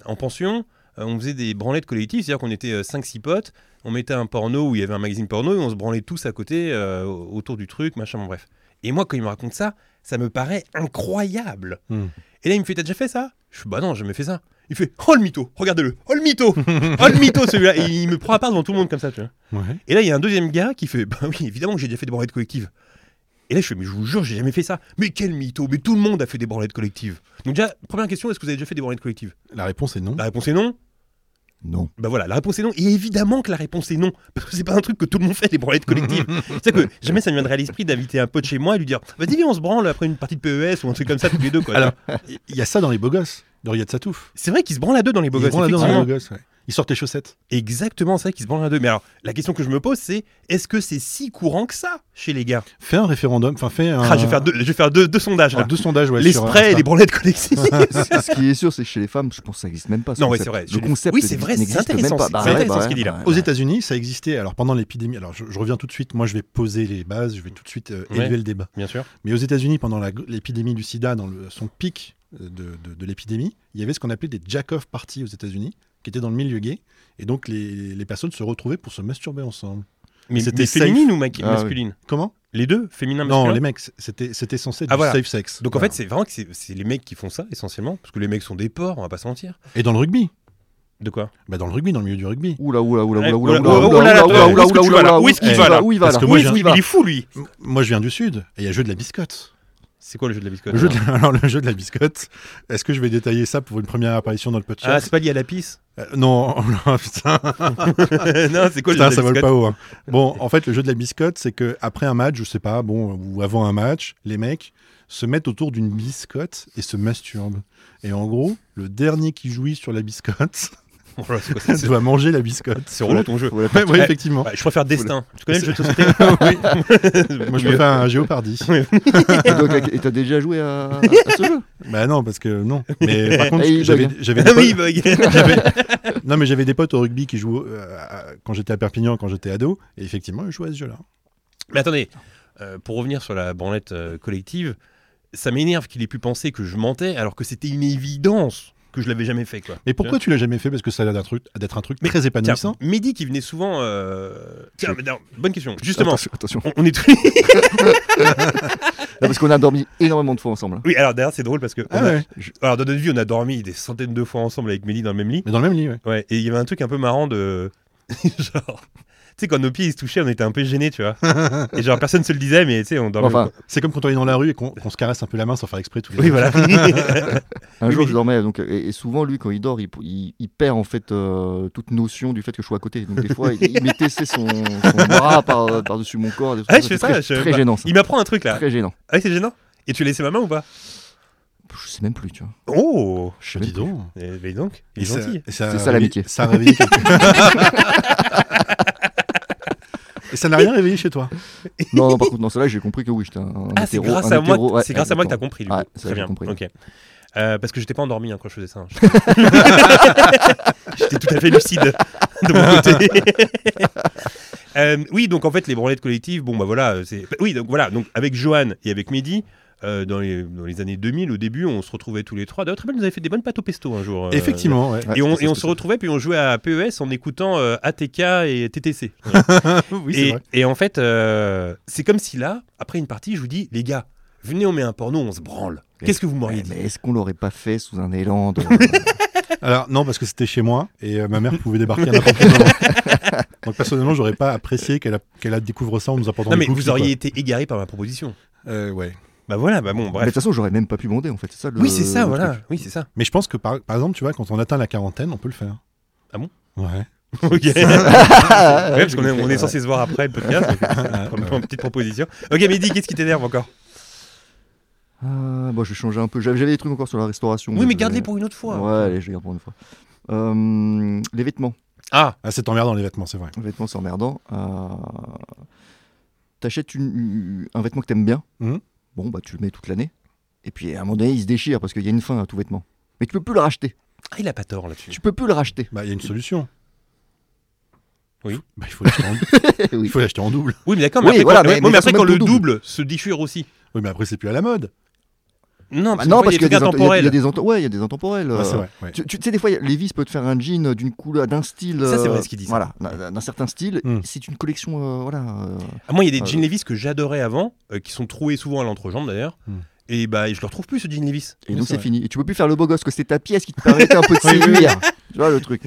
en pension, euh, on faisait des branlettes collectives, c'est-à-dire qu'on était 5-6 potes, on mettait un porno où il y avait un magazine porno et on se branlait tous à côté euh, autour du truc, machin, bon, bref. Et moi, quand il me raconte ça, ça me paraît incroyable. Hmm. Et là, il me fait T'as déjà fait ça Je fais Bah non, j'ai jamais fait ça. Il fait Oh le mytho, regarde-le, oh le mytho, oh le mytho celui-là. Et il me prend à part devant tout le monde comme ça, tu vois. Ouais. Et là, il y a un deuxième gars qui fait Bah oui, évidemment que j'ai déjà fait des branlettes collectives. Et là, je fais Mais je vous jure, j'ai jamais fait ça. Mais quel mytho Mais tout le monde a fait des branlettes collectives. Donc, déjà, première question est-ce que vous avez déjà fait des branlettes collectives La réponse est non. La réponse est non. Non. Bah voilà, la réponse est non. Et évidemment que la réponse est non. Parce que c'est pas un truc que tout le monde fait, des branlettes collectives. C'est que jamais ça me viendrait à l'esprit d'inviter un pote chez moi et lui dire Vas-y, viens, on se branle après une partie de PES ou un truc comme ça, tous les deux. Quoi. Alors, il y a ça dans les beaux gosses. De Riyad Satouf. c'est vrai qu'ils se branlent à deux dans les beaux Ils gosses. vont là-dedans dans les effectivement. beaux gosses, ouais. Ils sortent les chaussettes. Exactement, c'est vrai qu'ils se branlent à deux. Mais alors, la question que je me pose, c'est est-ce que c'est si courant que ça chez les gars Fais un référendum. Enfin, fais un. Ah, je vais faire deux, je vais faire deux, deux sondages alors, là. deux sondages. Ouais, les sur sprays et Insta. les branlettes collectives. Ce qui est sûr, c'est que chez les femmes, je pense que ça n'existe même pas. ce Non, ouais, concept. c'est vrai. Chez Le les- concept. Oui, c'est vrai, c'est n'existe même intéressant pas. ce- Bah c'est ouais, intéressant bah ce ouais, qu'il dit, là. bah ouais, Aux bah ouais. États-Unis, ça existait. Alors pendant l'épidémie, alors je, je reviens tout de suite. Moi, je vais poser les bases. Je vais tout de suite euh, Ouais. élever le débat. Bien sûr. Mais aux États-Unis, pendant la- l'épidémie du sida, dans le- son pic euh, de, de- de l'épidémie, il y avait ce qu'on appelait des jack-off parties aux États-Unis, qui étaient dans le milieu gay. Et donc, les, les personnes se retrouvaient pour se masturber ensemble. Mais C'était c'était safe. féminine ou ma- Ah, masculine Comment Les deux, féminin, Non, masculin. les mecs, bah. c'était c'était censé être Ah, du voilà. safe sex. Donc en Voilà. fait, c'est vraiment que c'est c'est les mecs qui font ça essentiellement, parce que les mecs sont des porcs, on va pas se mentir. Et dans le rugby De quoi bah, Dans le rugby, dans le milieu du rugby. Oula, oula, oula, Eh, oula, oula, oula, oula, oula, oula, oula, oula, oula, oula, oula, oula, oula, oula, où est-ce qu'il va, là Où il va Parce là que moi, Oui, j'ai- il, il est fou lui. M- Moi, je viens du Sud, et il y a le jeu de la biscotte. C'est quoi le jeu de la biscotte Le jeu de la- Alors, le jeu de la biscotte, est-ce que je vais détailler ça pour une première apparition dans le Ah, podcast c'est pas lié à la pisse Ah, Euh, Non, putain. Non, c'est quoi le jeu Putain, de la ça vole biscotte pas haut. hein. Bon, en fait, le jeu de la biscotte, c'est que après un match, je sais pas, bon, ou avant un match, les mecs se mettent autour d'une biscotte et se masturbent. Et en gros, le dernier qui jouit sur la biscotte Oh là, c'est quoi ça C'est doit manger la biscotte. c'est relou ton jeu. Faut la- Ouais, ouais, Ouais. effectivement. Ouais, je préfère Destin. Tu connais le jeu de société Moi, je peux faire un Géopardy. Et donc, et t'as déjà joué à, à ce jeu bah non, parce que non. Mais par contre, Et il j'avais bug. j'avais Ah des oui, potes- bug. j'avais- non, mais j'avais des potes au rugby qui jouent euh, à- quand j'étais à Perpignan, quand j'étais ado, et effectivement, ils jouaient à ce jeu-là. Mais attendez, euh, pour revenir sur la branlette euh, collective, ça m'énerve qu'il ait pu penser que je mentais alors que c'était une évidence que je l'avais jamais fait quoi. Mais pourquoi tu l'as jamais fait Parce que ça a l'air d'un truc- d'être un truc Mais très Tiens, épanouissant. Mehdi qui venait souvent. euh, Tiens, mais Je- non, bonne question. Justement, Attention, attention. on, on est tous. Non, parce qu'on a dormi énormément de fois ensemble. hein. oui, alors d'ailleurs, c'est drôle parce que. Ah on a- ouais. je- Alors, dans notre vie, on a dormi des centaines de fois ensemble avec Mehdi dans le même lit. Mais dans le même lit, ouais. Ouais, et il y avait un truc un peu marrant de. genre. Tu sais, quand nos pieds ils se touchaient, on était un peu gênés, tu vois. et genre, personne se le disait, mais tu sais, on dormait. Enfin, C'est comme quand on est dans la rue et qu'on qu'on se caresse un peu la main sans faire exprès tous les oui, voilà. un Oui, jour mais- je dormais, donc, et, et souvent lui quand il dort, il, il- il perd en fait euh, toute notion du fait que je sois à côté. Donc des fois, il, il mettait son, son bras par, dessus mon corps. des choses Ah, comme je fais C'est ça, très, je- très bah, gênant. ça. Il m'apprend un truc là. Très gênant. Ah, c'est gênant. Et tu as laissé ma main ou pas Je sais même plus, tu vois. Oh Je sais Dis même plus. donc. Eh ben, dis donc, il est Et ça- gentil. et a C'est ça, réveillé- l'amitié. Ça a réveillé quelqu'un. Et ça n'a rien réveillé chez toi. Non, non, par contre, non, celle-là, j'ai compris que oui, j'étais un, un Ah, c'est hétéro, grâce, un à moi, hétéro, ouais, c'est grâce à moi que t'as exactement. compris. Du Ouais, coup. c'est vrai Très que bien. j'ai compris. ok. Euh, parce que j'étais pas endormi hein, quand je faisais ça. hein. j'étais tout à fait lucide de mon côté. Euh, oui, donc en fait, les branlettes collectives, bon bah voilà, c'est. Oui, donc voilà, donc avec Johan et avec Mehdi. euh, dans, les, dans les années 2000, au début, on se retrouvait tous les trois. D'ailleurs, très bien, nous avait fait des bonnes pâtes au pesto un jour. euh, Effectivement, ouais. Ouais, Et on, c'est et on ça, se c'est ça. retrouvait, puis on jouait à PES en écoutant euh, ATK et TTC. oui, c'est et, vrai. et en fait, euh, c'est comme si là, après une partie, je vous dis, les gars, venez, on met un porno, on se branle. Qu'est-ce que vous m'auriez Ouais, dit Eh, mais est-ce qu'on l'aurait pas fait sous un élan de... Alors, non, parce que c'était chez moi et euh, ma mère pouvait débarquer à n'importe quel moment. Donc, personnellement, j'aurais pas apprécié qu'elle a- qu'elle a découvre ça en nous apportant Non, des mais cookies, vous auriez été égaré par ma proposition. quoi. Euh, ouais. Bah voilà, bah bon, Mais de toute bref. façon, j'aurais même pas pu bander en fait. C'est ça le. Oui, c'est ça, le voilà. truc. Oui, c'est ça. Mais je pense que, par, par exemple, tu vois, quand on atteint la quarantaine, on peut le faire. Ah bon Ouais. Ok. Ah, Ouais, ouais, parce j'ai qu'on est, compris, on ouais. est censé se voir après le podcast. donc, euh, Une petite proposition. Ok, Mehdi, qu'est-ce qui t'énerve encore Ah, bon, je vais changer un peu. J'avais j'avais des trucs encore sur la restauration. Oui, mais je- garde-les pour une autre fois. Ouais, allez, je les garde pour une fois. Euh, les vêtements. Ah, Ah, c'est emmerdant, les vêtements, c'est vrai. Les vêtements, c'est emmerdant. Euh, T'achètes une- un vêtement que t'aimes bien. Mmh. Mhm. Bon, bah, tu le mets toute l'année. Et puis, à un moment donné, il se déchire parce qu'il y a une fin à tout vêtement. Mais tu peux plus le racheter. ah, il a pas tort là-dessus. Tu peux plus le racheter. Bah, il y a une solution. Oui. Bah, il faut l'acheter en, il oui. faut l'acheter en double. Oui, mais d'accord, Oui, mais après, voilà, quand, mais- ouais, mais mais ça après, tombe quand même le tout double. double se déchire aussi. Oui, mais après, c'est plus à la mode. Non, Bah non, parce parce que qu'il y, a des des trucs ento- il y a- il y intemporels. a des ento- ouais, il y a des intemporels. Ah, c'est euh, vrai. ouais. Tu, tu- tu sais, des fois, y a- Levi's peut te faire un jean d'une couleur, d'un style. Ça, c'est euh, vrai ce qu'ils disent. Voilà, d'un d'un certain style. Mm. C'est une collection, euh, voilà. euh, Ah, moi, il y a des Euh, jeans Levis que j'adorais avant, euh, qui sont troués souvent à l'entrejambe d'ailleurs. Hmm. Et bah, je le retrouve plus ce jean Levis. et Oui, donc, c'est c'est vrai. fini. Et tu peux plus faire le beau gosse, que c'est ta pièce qui te permettait un peu de Oui, oui, oui. séduire. tu vois le truc.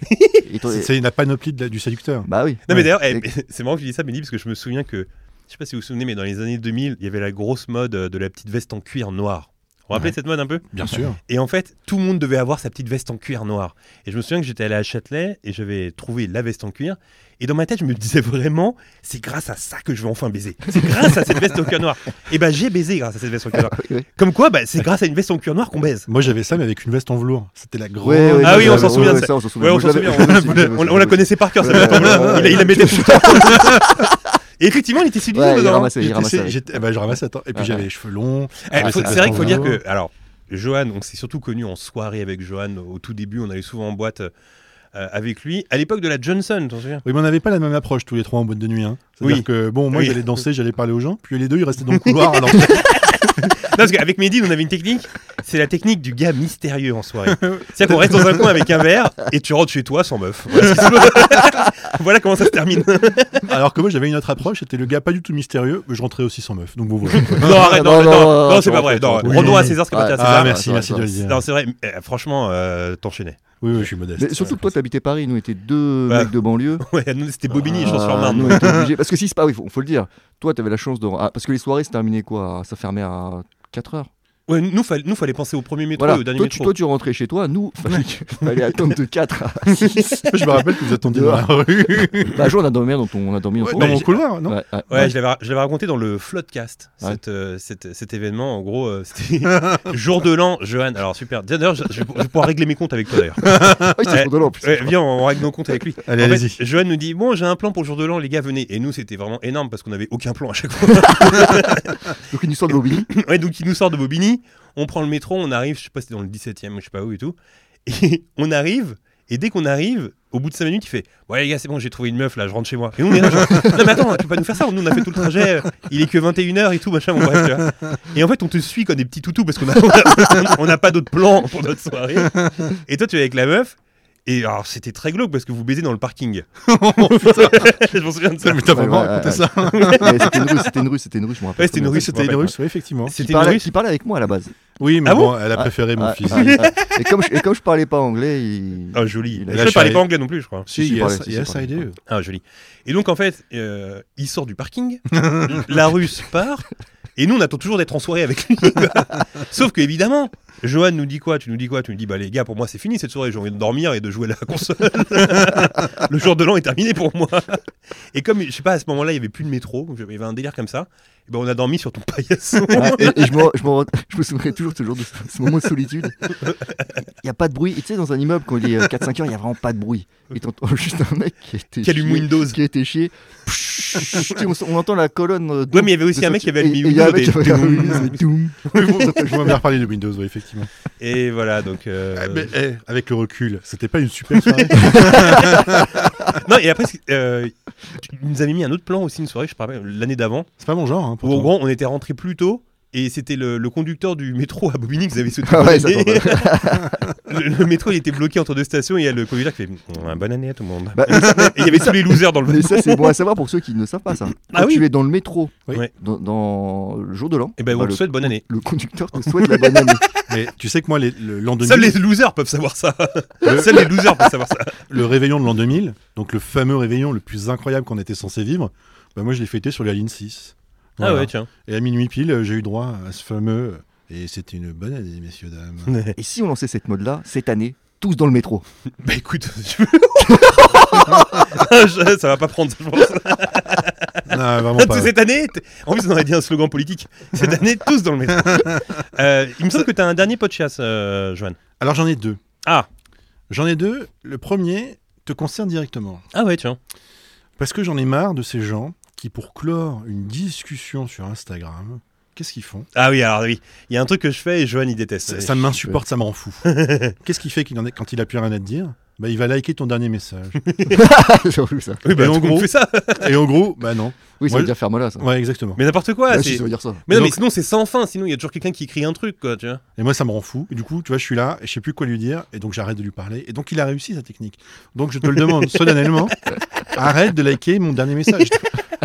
Et toi- C'est- C'est la panoplie de la- du séducteur. Bah oui. Non, mais Ouais. d'ailleurs, eh, Et- c'est marrant que tu dis ça, Mehdi, parce que je me souviens que, je sais pas si vous vous souvenez, mais dans les années 2000, il y avait la grosse mode euh, de la petite veste en cuir noir. Vous vous rappelez de cette mode un peu Bien sûr. Et en fait, tout le monde devait avoir sa petite veste en cuir noir. Et je me souviens que j'étais allé à Châtelet et j'avais trouvé la veste en cuir. Et dans ma tête, je me disais vraiment, c'est grâce à ça que je vais enfin baiser. C'est grâce à cette veste en cuir noir. Et bah, j'ai baisé grâce à cette veste en cuir noir. Oui, oui. Comme quoi, bah, c'est grâce à une veste en cuir noir qu'on baise. Moi, j'avais ça, mais avec une veste en velours. C'était la grande. Ouais, ouais, Ah oui, ouais, on s'en ouais, souvient, ouais, ça. ça, on s'en Ouais, on souvient. Moi, s'en je l'avais- souvient. moi aussi, j'avais On, aussi, on la j'avais connaissait par cœur, cette Ouais, veste en blanc. ouais, ouais, Il, la- il la mettait tout le temps. Et effectivement, il était séduisant Ouais, il dedans. hein. ramassait, il J'étais- ramassait. avec. j'étais- eh ben, je ramassais, attends. Et puis Ouais. j'avais les cheveux longs. Eh, Ah, faut- ça c'est vrai qu'il faut dire dépend. que. Alors, Johan, on s'est surtout connu en soirée avec Johan. Au tout début, on allait souvent en boîte euh, avec lui. À l'époque de la Johnson, t'en souviens Oui, mais on n'avait pas la même approche tous les trois en boîte de nuit. Hein. C'est-à-dire Oui. que, bon, moi, Oui. j'allais danser, j'allais parler aux gens. Puis les deux, ils restaient dans le couloir. à danser. Non, parce qu'avec Mehdi, on avait une technique. C'est la technique du gars mystérieux en soirée. C'est-à-dire qu'on reste dans un coin avec un verre et tu rentres chez toi sans meuf. Voilà, ce qui se- Voilà comment ça se termine. Alors que moi, j'avais une autre approche. C'était le gars pas du tout mystérieux. mais Je rentrais aussi sans meuf. Donc, bon, voilà. Non, arrête, non, Non, non, non, non, non, c'est tu pas rentres, vrai. tu Non, rentres. Rendons à Oui. César ce qui appartient à Ah, Ah, César. merci, ouais, merci de ouais, le ouais. dire. Non, c'est vrai. mais, euh, Franchement, euh, t'enchaînais. Oui, oui, je suis modeste. Mais surtout, toi, t'habitais Paris, nous, étions deux Ouais. mecs de banlieue. Ouais, nous, c'était Bobigny, je pense, sur Ah, Marne. nous, on était obligés. Parce que si c'est pas, oui, faut, faut le dire. Toi, t'avais la chance de. ah, parce que les soirées, se terminaient quoi Ça fermait à 4 heures. Ouais, nous, fallait, nous, fallait penser au premier métro Voilà. et au dernier Toi tu, métro. toi, tu rentrais chez toi. Nous, fallait, fallait attendre de 4 à 6. Je me rappelle que vous attendiez dans la rue. bah, jour, on a dormi dans ton. On a dormi dans ton- Dans mon couloir, non Ouais, ouais, Ouais, ouais. je l'avais je l'avais raconté dans le Floodcast, Ouais. cette, euh, cette- cet événement. En gros, euh, c'était jour de l'an, Johan. Alors, super. D'ailleurs, je, je vais je vais pouvoir régler mes comptes avec toi, d'ailleurs. Ah oui, c'est Ouais. pour de l'or, en plus. Ouais, viens, on règle nos comptes avec lui. Allez, En fait, allez-y. Johan nous dit Bon, j'ai un plan pour le jour de l'an, les gars, venez. Et nous, c'était vraiment énorme parce qu'on n'avait aucun plan à chaque fois. Donc, une histoire de Bobigny. Ouais, donc, il nous sort de Bobigny, on prend le métro, on arrive, je sais pas si c'est dans le 17 e je sais pas où et tout. Et on arrive, et dès qu'on arrive, au bout de 5 minutes, il fait Ouais, les gars, c'est bon, j'ai trouvé une meuf là, je rentre chez moi. Et nous, on est là, genre, Non, mais attends, tu peux pas nous faire ça, nous, on a fait tout le trajet, euh, il est que 21h et tout, machin, bon, bref, tu vois. Et en fait, on te suit comme des petits toutous parce qu'on a- on a- on n'a pas d'autre plan pour notre soirée. Et toi, tu es avec la meuf. Et alors, c'était très glauque parce que vous baisez dans le parking. je m'en souviens de ça. Oh, Mais t'as Ouais, vraiment ouais, raconté ouais. ça Ouais, C'était une russe, c'était une russe, c'était une russe, je me rappelle. Ouais, c'était une comment russe, elle C'était une rappelle, russe, oui, effectivement. s'appelle. Qui C'était une parlait, russe. qui parlait avec moi à la base. Oui, mais Ah bon, elle a préféré mon Ah, fils. ah, ah. Et comme je, et comme je parlais pas anglais, il... Ah, joli. Il a- Je lâché ne parlais un- pas anglais non plus, je crois. Si, Si, si, yes, parlait, si, yes si, I parlait. do. Ah, joli. Et donc, en fait, euh, il sort du parking, la russe part, et nous, on attend toujours d'être en soirée avec lui. quoi. Sauf que, évidemment, Johan nous dit quoi Tu nous dis quoi Tu nous dis, bah les gars, pour moi, c'est fini cette soirée, j'ai envie de dormir et de jouer à la console. Le jour de l'an est terminé pour moi. Et comme, je sais pas, à ce moment-là, il y avait plus de métro, il y avait un délire comme ça, et ben, on a dormi sur ton paillasson. Ah, et, et je, me, je, me, je me souviendrai toujours de ce, jour de, ce- ce moment de solitude. Il n'y a pas de bruit. Et tu sais, dans un immeuble, quand il est euh, 4-5 heures, il n'y a vraiment pas de bruit. Et t'entends juste un mec qui a été Qui allume chié, Windows. Qui a été chié. Pshhh, tu sais, on, s- on entend la colonne. euh, Ouais, doum, mais il y avait de aussi un mec qui avait sortie. allumé Et- et il y a un Windows. mec qui avait allumé Windows, et- et doum. Je m'en bien reparlé de Windows, oui, effectivement. Et voilà, donc. euh, Eh, mais, eh, avec le recul, c'était pas une super soirée. Non, et après, c'est- euh, tu nous avais mis un autre plan aussi, une soirée, je me rappelle, l'année d'avant. C'est pas mon genre. Hein, Où en pourtant. gros, on était rentré plus tôt et c'était le, le conducteur du métro à Bobigny qui nous avait sauté. Ah ouais, au ça nez. tombe. le, le métro, il était bloqué entre deux stations et il y a le conducteur qui fait Mm, Bonne année à tout le monde. Bah, Et il y avait tous les losers dans le Mais métro. ça, c'est bon à savoir pour ceux qui ne savent pas ça. Quand Ah oui. tu es dans le métro, Oui. Ouais. dans, dans le jour de l'an, Et ben, bah, on te le, souhaite bonne année. le conducteur te souhaite la bonne année. Mais tu sais que moi, les- le- l'an 2000, Seuls les losers peuvent savoir ça. Le- Seuls les losers peuvent savoir ça. le réveillon de l'an 2000, donc le fameux réveillon le plus incroyable qu'on était censé vivre, bah moi je l'ai fêté sur la ligne 6. Voilà. Ah tiens. Et à minuit pile, euh, j'ai eu droit à ce fameux. Et c'était une bonne année, messieurs, dames. Et si on lançait cette mode-là, cette année, tous dans le métro Bah écoute, je... Je- ça va pas prendre, je pense. non, vraiment pas. Cette année, t- en plus, on aurait dit un slogan politique. Cette année, tous dans le métro. Euh, il me semble que tu as un dernier pot de chasse, euh, Johan. Alors j'en ai deux. Ah. J'en ai deux. Le premier te concerne directement. Ah ouais, tiens. Parce que j'en ai marre de ces gens qui, pour clore une discussion sur Instagram, qu'est-ce qu'ils font Ah oui, alors oui. Il y a un truc que je fais et Johan, il déteste. Ça, ça m'insupporte, ça me rend fou. Qu'est-ce qu'il fait qu'il en est- quand il a plus rien à te dire bah, il va liker ton dernier message. C'est relou, ça. Oui, bah, Et en tout le monde gros- fait ça. Et en gros, bah non. Oui, ça Moi, veut dire ferme-la, ça. Ouais, exactement. Mais n'importe quoi. Là, c'est- si ça veut dire ça. Mais non, Donc- mais sinon c'est sans fin. Sinon il y a toujours quelqu'un qui crie un truc, quoi. Tu vois. Et moi, ça me rend fou. Et du coup, tu vois, je suis là et je sais plus quoi lui dire. Et donc, j'arrête de lui parler. Et donc, il a réussi sa technique. Donc, je te le demande solennellement arrête de liker mon dernier message.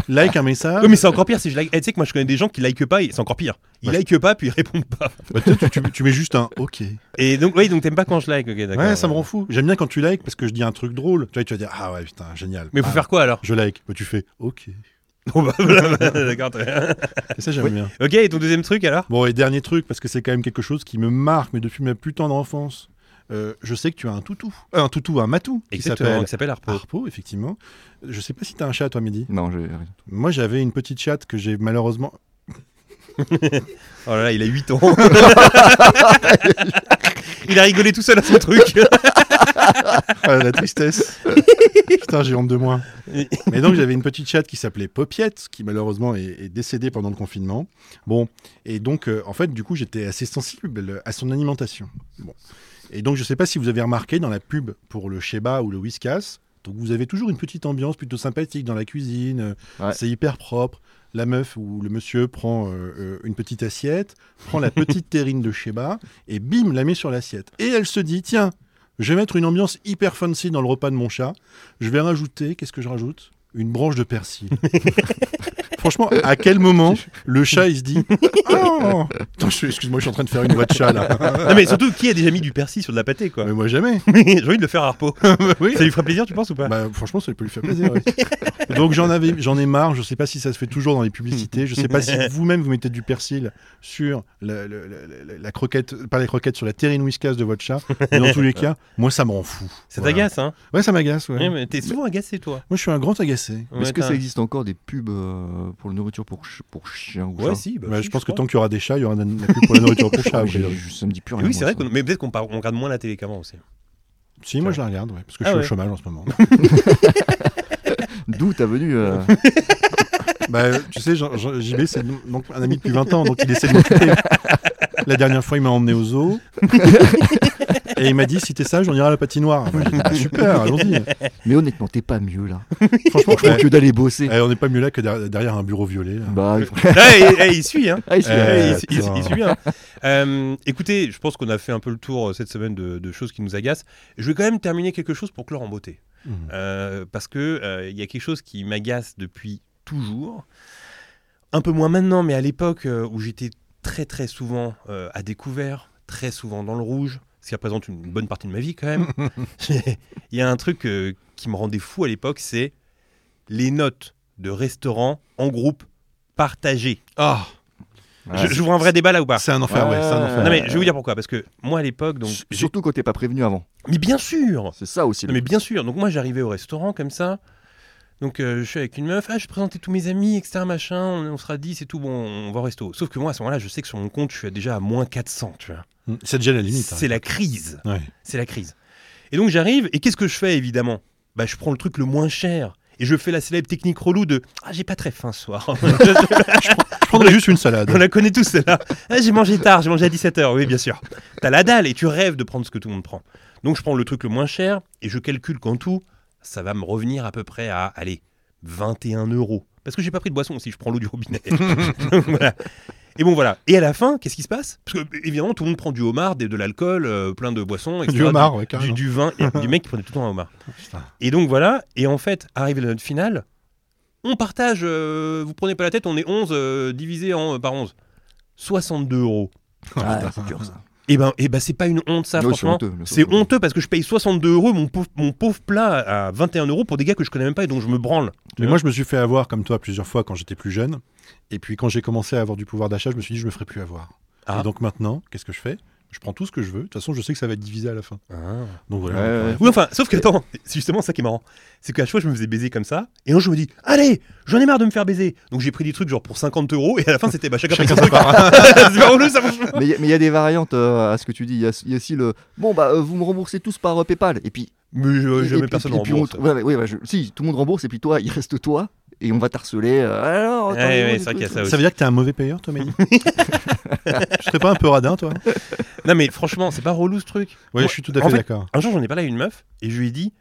like un message. Oui, mais c'est encore pire si je like. Eh, tu sais que moi je connais des gens qui like pas. et C'est encore pire. Ils Ouais. like pas puis ils répondent pas. Bah, tu, tu- tu mets juste un OK. Et donc oui, donc t'aimes pas quand je like. ok, d'accord. Ouais, ça me rend fou. J'aime bien quand tu likes parce que je dis un truc drôle. Tu vois, tu vas dire Ah ouais, putain, génial. Mais faut Ah, faire quoi alors Je like. Bah, tu fais OK. Bon, bah, voilà, bah, D'accord. très bien. Et ça, j'aime bien. Ok. Et ton deuxième truc alors Bon, et dernier truc, parce que c'est quand même quelque chose qui me marque, mais depuis ma plus tendre enfance. Euh, je sais que tu as un toutou. Euh, un toutou, un matou. Qui Exactement. s'appelle Ah. Qui s'appelle Harpo. Harpo, effectivement. Je sais pas si tu as un chat, toi, Mehdi. Non, j'ai rien. Moi, j'avais une petite chatte que j'ai malheureusement. Oh là là, il a 8 ans. il a rigolé tout seul à son truc. Ah, la tristesse. Putain, j'ai honte de moi. Mais donc, j'avais une petite chatte qui s'appelait Popiette, qui malheureusement est, est décédée pendant le confinement. Bon, et donc, euh, en fait, du coup, j'étais assez sensible à son alimentation. Bon. Et donc, je sais pas si vous avez remarqué dans la pub pour le Sheba ou le Whiskas, donc vous avez toujours une petite ambiance plutôt sympathique dans la cuisine. euh, Ouais. C'est hyper propre. La meuf ou le monsieur prend euh, euh, une petite assiette, prend la petite terrine de Sheba et bim, la met sur l'assiette. Et elle se dit, tiens, je vais mettre une ambiance hyper fancy dans le repas de mon chat. Je vais rajouter, qu'est-ce que je rajoute Une branche de persil. Franchement, à quel moment le chat il se dit Oh Attends, je- excuse-moi, je suis en train de faire une voix de chat là. non mais surtout, qui a déjà mis du persil sur de la pâtée, quoi Mais moi jamais. J'ai envie de le faire à Harpo. Oui. Ça lui ferait plaisir, tu penses ou pas Bah, franchement, ça peut lui faire plaisir. ouais. Donc j'en avais, j'en ai marre. Je sais pas si ça se fait toujours dans les publicités. Je sais pas si vous-même vous mettez du persil sur la, la- la- la- la croquette, pas la croquette, sur la terrine whiskas de votre chat. Mais dans tous les cas, moi ça me rend fou. Ça Voilà. t'agace, hein Ouais, ça m'agace. ouais. Ouais, mais T'es souvent agacé, toi. Moi, je suis un grand agacé. Mais Est-ce Ouais, que ça t'as- existe encore des pubs euh, pour la nourriture pour, ch- pour chien ou Ouais, chat si, bah, Bah, si, je pense que crois. tant qu'il y aura des chats, il y aura de la pub pour la nourriture pour Ah, chats. j'ai- ouais. je- ça me dit plus Et rien. oui, c'est moi, vrai, ça. qu'on... mais peut-être qu'on par- on regarde moins la télé qu'avant aussi. Si, moi je la regarde, ouais, parce que je Ah suis ouais. au chômage en ce moment. D'où t'as venu euh, bah, euh, tu sais, Jean- Jean- JB, c'est donc- donc un ami depuis 20 ans, donc il essaie de m'occuper. La dernière fois, il m'a emmené au zoo. Et Et il m'a dit si t'es sage, on ira à la patinoire. Moi, j'ai dit, bah, super, allons-y. Mais honnêtement, t'es pas mieux là Franchement, je crois que d'aller bosser. Eh, on n'est pas mieux là que derrière, derrière un bureau violet. là. Bah, il faut- Ah, et- et il suit, hein. Ah, il suit. Euh, Ouais, il- il- putain. il suit bien. Euh, écoutez, je pense qu'on a fait un peu le tour euh, cette semaine de, de choses qui nous agacent. Je vais quand même terminer quelque chose pour clore en beauté. Mhm. Euh, parce que euh, il y a quelque chose qui m'agace depuis toujours. Un peu moins maintenant, mais à l'époque euh, où j'étais très très souvent euh, à découvert, très souvent dans le rouge, ce qui représente une bonne partie de ma vie quand même. il y a un truc euh, qui me rendait fou à l'époque, c'est les notes de restaurants en groupe partagées. Ah, Ah, Je- J'ouvre un vrai débat là ou pas c'est un enfer, ouais, c'est un enfer. non mais je vais vous dire pourquoi parce que moi à l'époque donc s- j'ai- Surtout quand t'es pas prévenu avant. mais bien sûr C'est ça aussi. Non, le- mais bien sûr donc moi j'arrivais au restaurant comme ça donc euh, je suis avec une meuf ah je présentais tous mes amis etc machin on, on sera 10 et tout bon on va au resto sauf que moi à ce moment-là je sais que sur mon compte je suis déjà à moins 400 tu vois Mm, C'est déjà la limite. hein. c'est la crise Ouais. c'est la crise et donc j'arrive et qu'est-ce que je fais évidemment bah je prends le truc le moins cher et je fais la célèbre technique relou de ah j'ai pas très faim ce soir Je prendrais juste une salade. On la connaît tous, celle-là. Ah, j'ai mangé tard, j'ai mangé à 17h, oui, bien sûr. T'as la dalle et tu rêves de prendre ce que tout le monde prend. Donc je prends le truc le moins cher et je calcule qu'en tout, ça va me revenir à peu près à, allez, 21 euros. Parce que j'ai pas pris de boisson aussi, je prends l'eau du robinet. Donc, voilà. Et bon, voilà. Et à la fin, qu'est-ce qui se passe Parce que, évidemment, tout le monde prend du homard, des- de l'alcool, euh, plein de boissons, etc. Du homard, ouais, Du, carrément. du vin, et du mec qui prenait tout le temps un homard. Et donc voilà, et en fait, arrivé à notre finale, on partage, euh, vous prenez pas la tête, on est 11 euh, divisé en, par 11. 62 euros. Ah, c'est dur ça. Et ben, et ben c'est pas une honte ça, Non, c'est franchement. honteux, mais C'est honteux. honteux parce que je paye 62 euros mon pauvre, mon pauvre plat à 21 euros pour des gars que je connais même pas et dont je me branle. Mais moi, je me suis fait avoir comme toi plusieurs fois quand j'étais plus jeune. Et puis, quand j'ai commencé à avoir du pouvoir d'achat, je me suis dit, je me ferai plus avoir. Ah. Et donc maintenant, qu'est-ce que je fais Je prends tout ce que je veux. De toute façon, je sais que ça va être divisé à la fin. Ah. Donc voilà. Ouais, ouais. Oui, enfin, sauf que attends, c'est justement ça qui est marrant. C'est qu'à chaque fois, je me faisais baiser comme ça, et un jour, je me dis, allez, j'en ai marre de me faire baiser. Donc j'ai pris des trucs genre pour 50 euros, et à la fin, c'était bah, chacun paye son truc. c'est pas relou, ça marche pas. Mais il y, a des variantes euh, à ce que tu dis. Il y, a- il y a aussi le bon bah euh, vous me remboursez tous par euh, PayPal et puis Mais Euh, je- et- jamais et- personne et ne puis on- rembourse. ouais, ouais, ouais, je- si tout le monde rembourse et puis toi il reste toi et on va t'harceler. euh, alors Ouais, attends, ouais, des c'est vrai trucs, qu'il y a ça euh, aussi. Ça veut dire que t'es un mauvais payeur, toi, Mehdi Je serais pas un peu radin, toi hein Non mais franchement, c'est pas relou ce truc. Moi, Ouais, je suis tout à en fait fait, d'accord. Un jour, j'en ai parlé à une meuf et je lui ai dit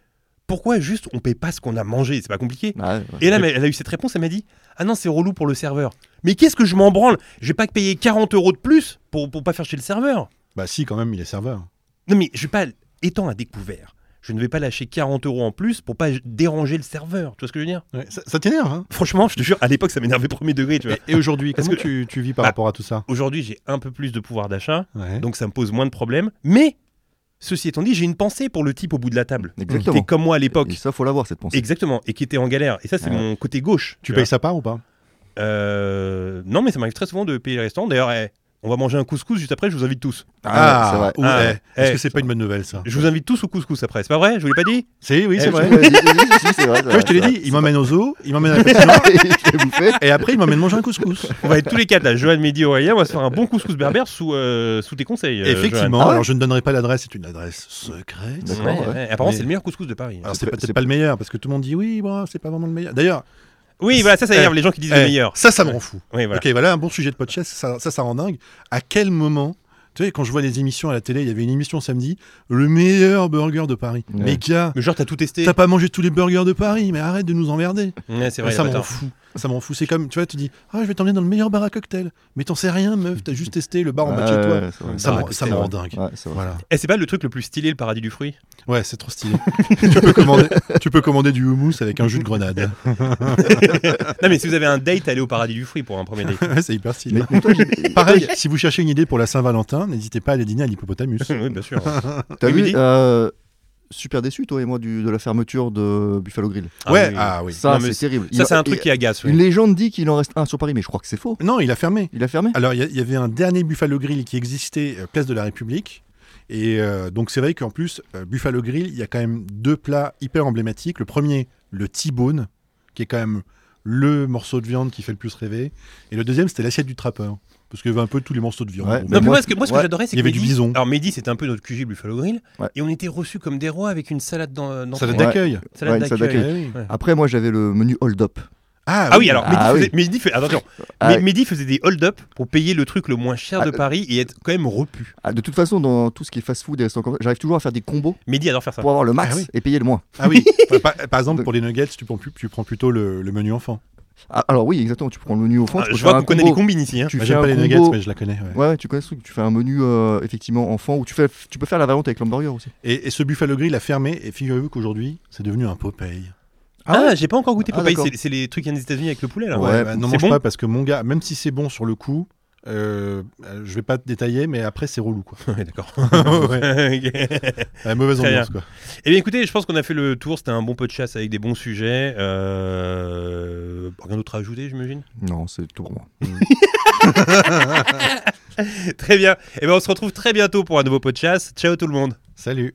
pourquoi juste on paye pas ce qu'on a mangé, c'est pas compliqué. Ah, Ouais, ouais. Et là, mais elle a eu cette réponse, elle m'a dit ah non c'est relou pour le serveur. Mais qu'est-ce que je m'en branle Je vais pas payer 40 euros de plus pour pour pas faire chez le serveur. Bah, si, quand même, il est serveur. Non mais je vais pas étant à découvert. Je ne vais pas lâcher 40 euros en plus pour pas déranger le serveur. Tu vois ce que je veux dire Ouais, ça ça t'énerve, hein Franchement, je te jure, à l'époque, ça m'énervait premier degré. Tu vois. Et aujourd'hui, Parce comment que- tu, tu vis par Bah. rapport à tout ça Aujourd'hui, j'ai un peu plus de pouvoir d'achat, Ouais. donc ça me pose moins de problèmes. Mais ceci étant dit, j'ai une pensée pour le type au bout de la table. Qui Exactement. est comme moi à l'époque. Et ça faut l'avoir cette pensée. Exactement, et qui était en galère. Et ça, c'est Ouais. mon côté gauche. Tu vois. payes sa part ou pas Euh, Non, mais ça m'arrive très souvent de payer les restaurants. D'ailleurs, eh, on va manger un couscous juste après, je vous invite tous. c'est vrai. ou- Ah, eh, Est-ce eh. que c'est pas une bonne nouvelle, ça Je vous invite tous au couscous après, c'est pas vrai Je vous l'ai pas dit Si, oui, Eh, c'est je- vrai. Ouais, si, si, si, si, c'est vrai, c'est Moi, je te l'ai vrai, dit, il m'emmène au zoo, il m'emmène à la c'est piscine, vrai. Je l'ai bouffé. et après, il m'emmène manger un couscous. On va être tous les quatre là, Johan, Mehdi, Aurélien, on va se faire un bon couscous berbère sous, euh, sous tes conseils. euh, Effectivement, Ah ouais alors je ne donnerai pas l'adresse, c'est une adresse secrète. Johan. D'accord, Ouais, ouais. ouais. Apparemment, Mais- c'est le meilleur couscous de Paris. Alors C'est c'est pas- peut-être c'est- pas le meilleur parce que tout le monde dit oui, bon, c'est pas vraiment le meilleur. D'ailleurs, oui, voilà, ça, ça Eh, énerve les gens qui disent eh, le meilleur. ça, ça me rend fou. Oui, voilà. Ok, voilà un bon sujet de podcast, ça, ça, ça rend dingue. À quel moment, tu sais, quand je vois les émissions à la télé, il y avait une émission samedi, le meilleur burger de Paris. Ouais. Mais gars, Mais genre, t'as tout testé. t'as pas mangé tous les burgers de Paris, mais arrête de nous emmerder. Ouais, c'est Mais vrai, ça il a me pas rend tort. fou. Ça m'en fout. C'est comme, tu vois, tu dis, ah, je vais t'emmener dans le meilleur bar à cocktail. Mais t'en sais rien, meuf, t'as juste testé le bar en bas de chez Ouais, toi. Ah, ouais, Ah, c'est vrai. Ça me bar à rend- ça cocktail, me rend ouais. dingue. Ouais, c'est vrai. Voilà. Eh, c'est pas le truc le plus stylé, le paradis du fruit Ouais, c'est trop stylé. tu, peux commander, tu peux commander du houmous avec un jus de grenade. Non, mais si vous avez un date, allez au paradis du fruit pour un premier date. Ouais, c'est hyper stylé. Mais, mais toi, j'ai- Pareil, si vous cherchez une idée pour la Saint-Valentin, n'hésitez pas à aller dîner à l'Hippopotamus. oui, bien sûr. T'as Oui, vu Mehdi euh, super déçu toi et moi du- de la fermeture de Buffalo Grill. Ah ouais, oui. ah oui. Ça Non, mais c'est terrible. Ça, Il- c'est un et- truc qui agace. oui. Une légende dit qu'il en reste un sur Paris, mais je crois que c'est faux. Non, il a fermé. Il a fermé. Alors, il y a- il y, avait un dernier Buffalo Grill qui existait, euh, place de la République. Et euh, donc, c'est vrai qu'en plus, euh, Buffalo Grill, il y a quand même deux plats hyper emblématiques. Le premier, le T-bone, qui est quand même le morceau de viande qui fait le plus rêver. Et le deuxième, c'était l'assiette du trappeur. Parce qu'il y avait un peu tous les morceaux de viande. Ouais. Bon, Non, mais bah, moi, moi, ce que, moi, ce que ouais, j'adorais, c'est il y que avait du Mehdi- bison. Alors, Mehdi, c'était un peu notre QG Buffalo Grill. Ouais. Et on était reçus comme des rois avec une salade dans, dans salade Ouais. d'accueil. salade Ouais, une salade d'accueil. Eh oui. Après moi j'avais le menu hold up. Ah oui, alors, Ah Mehdi, oui. faisait, Mehdi fait- attention, Ah Mais- oui. Mehdi faisait des hold-up pour payer le truc le moins cher de Ah, Paris et être quand même repu. Ah, de toute façon, dans tout ce qui est fast-food et restaurants, comme ça, j'arrive toujours à faire des combos Mehdi adore faire ça. pour avoir le max Ah oui. et payer le moins. Ah oui. par, par exemple, pour les nuggets, tu prends, plus- tu prends plutôt le, le menu enfant. Ah, alors oui, exactement. Tu prends le menu au fond. Ah, tu peux je faire vois un qu'on connaît les combo. combines ici. hein. Tu Moi, fais J'aime un pas les nuggets, combo. mais je la connais. ouais. Ouais, ouais, tu connais ce truc. Tu fais un menu euh, effectivement enfant ou tu fais, tu peux faire la variante avec l'hamburger aussi. Et, et ce Buffalo Grill a fermé, et figurez-vous qu'aujourd'hui, c'est devenu un Popeye. Ah, j'ai pas encore goûté Ah, Popeye, d'accord. c'est- c'est les trucs qu'il y a des États-Unis avec le poulet là. Ouais, bah, non, Ah c'est mange bon pas, parce que mon gars, même si c'est bon sur le coup, euh, euh, je vais pas te détailler, mais après, c'est relou, quoi. Ouais, d'accord. Ok. La mauvaise Très ambiance, quoi. Eh bien écoutez, je pense qu'on a fait le tour, c'était un bon peu de chasse avec des bons sujets. Euh... Rien d'autre à ajouter, j'imagine Non, c'est tout pour moi. Très bien. Eh bien on se retrouve très bientôt pour un nouveau pot de chasse. Ciao tout le monde. Salut.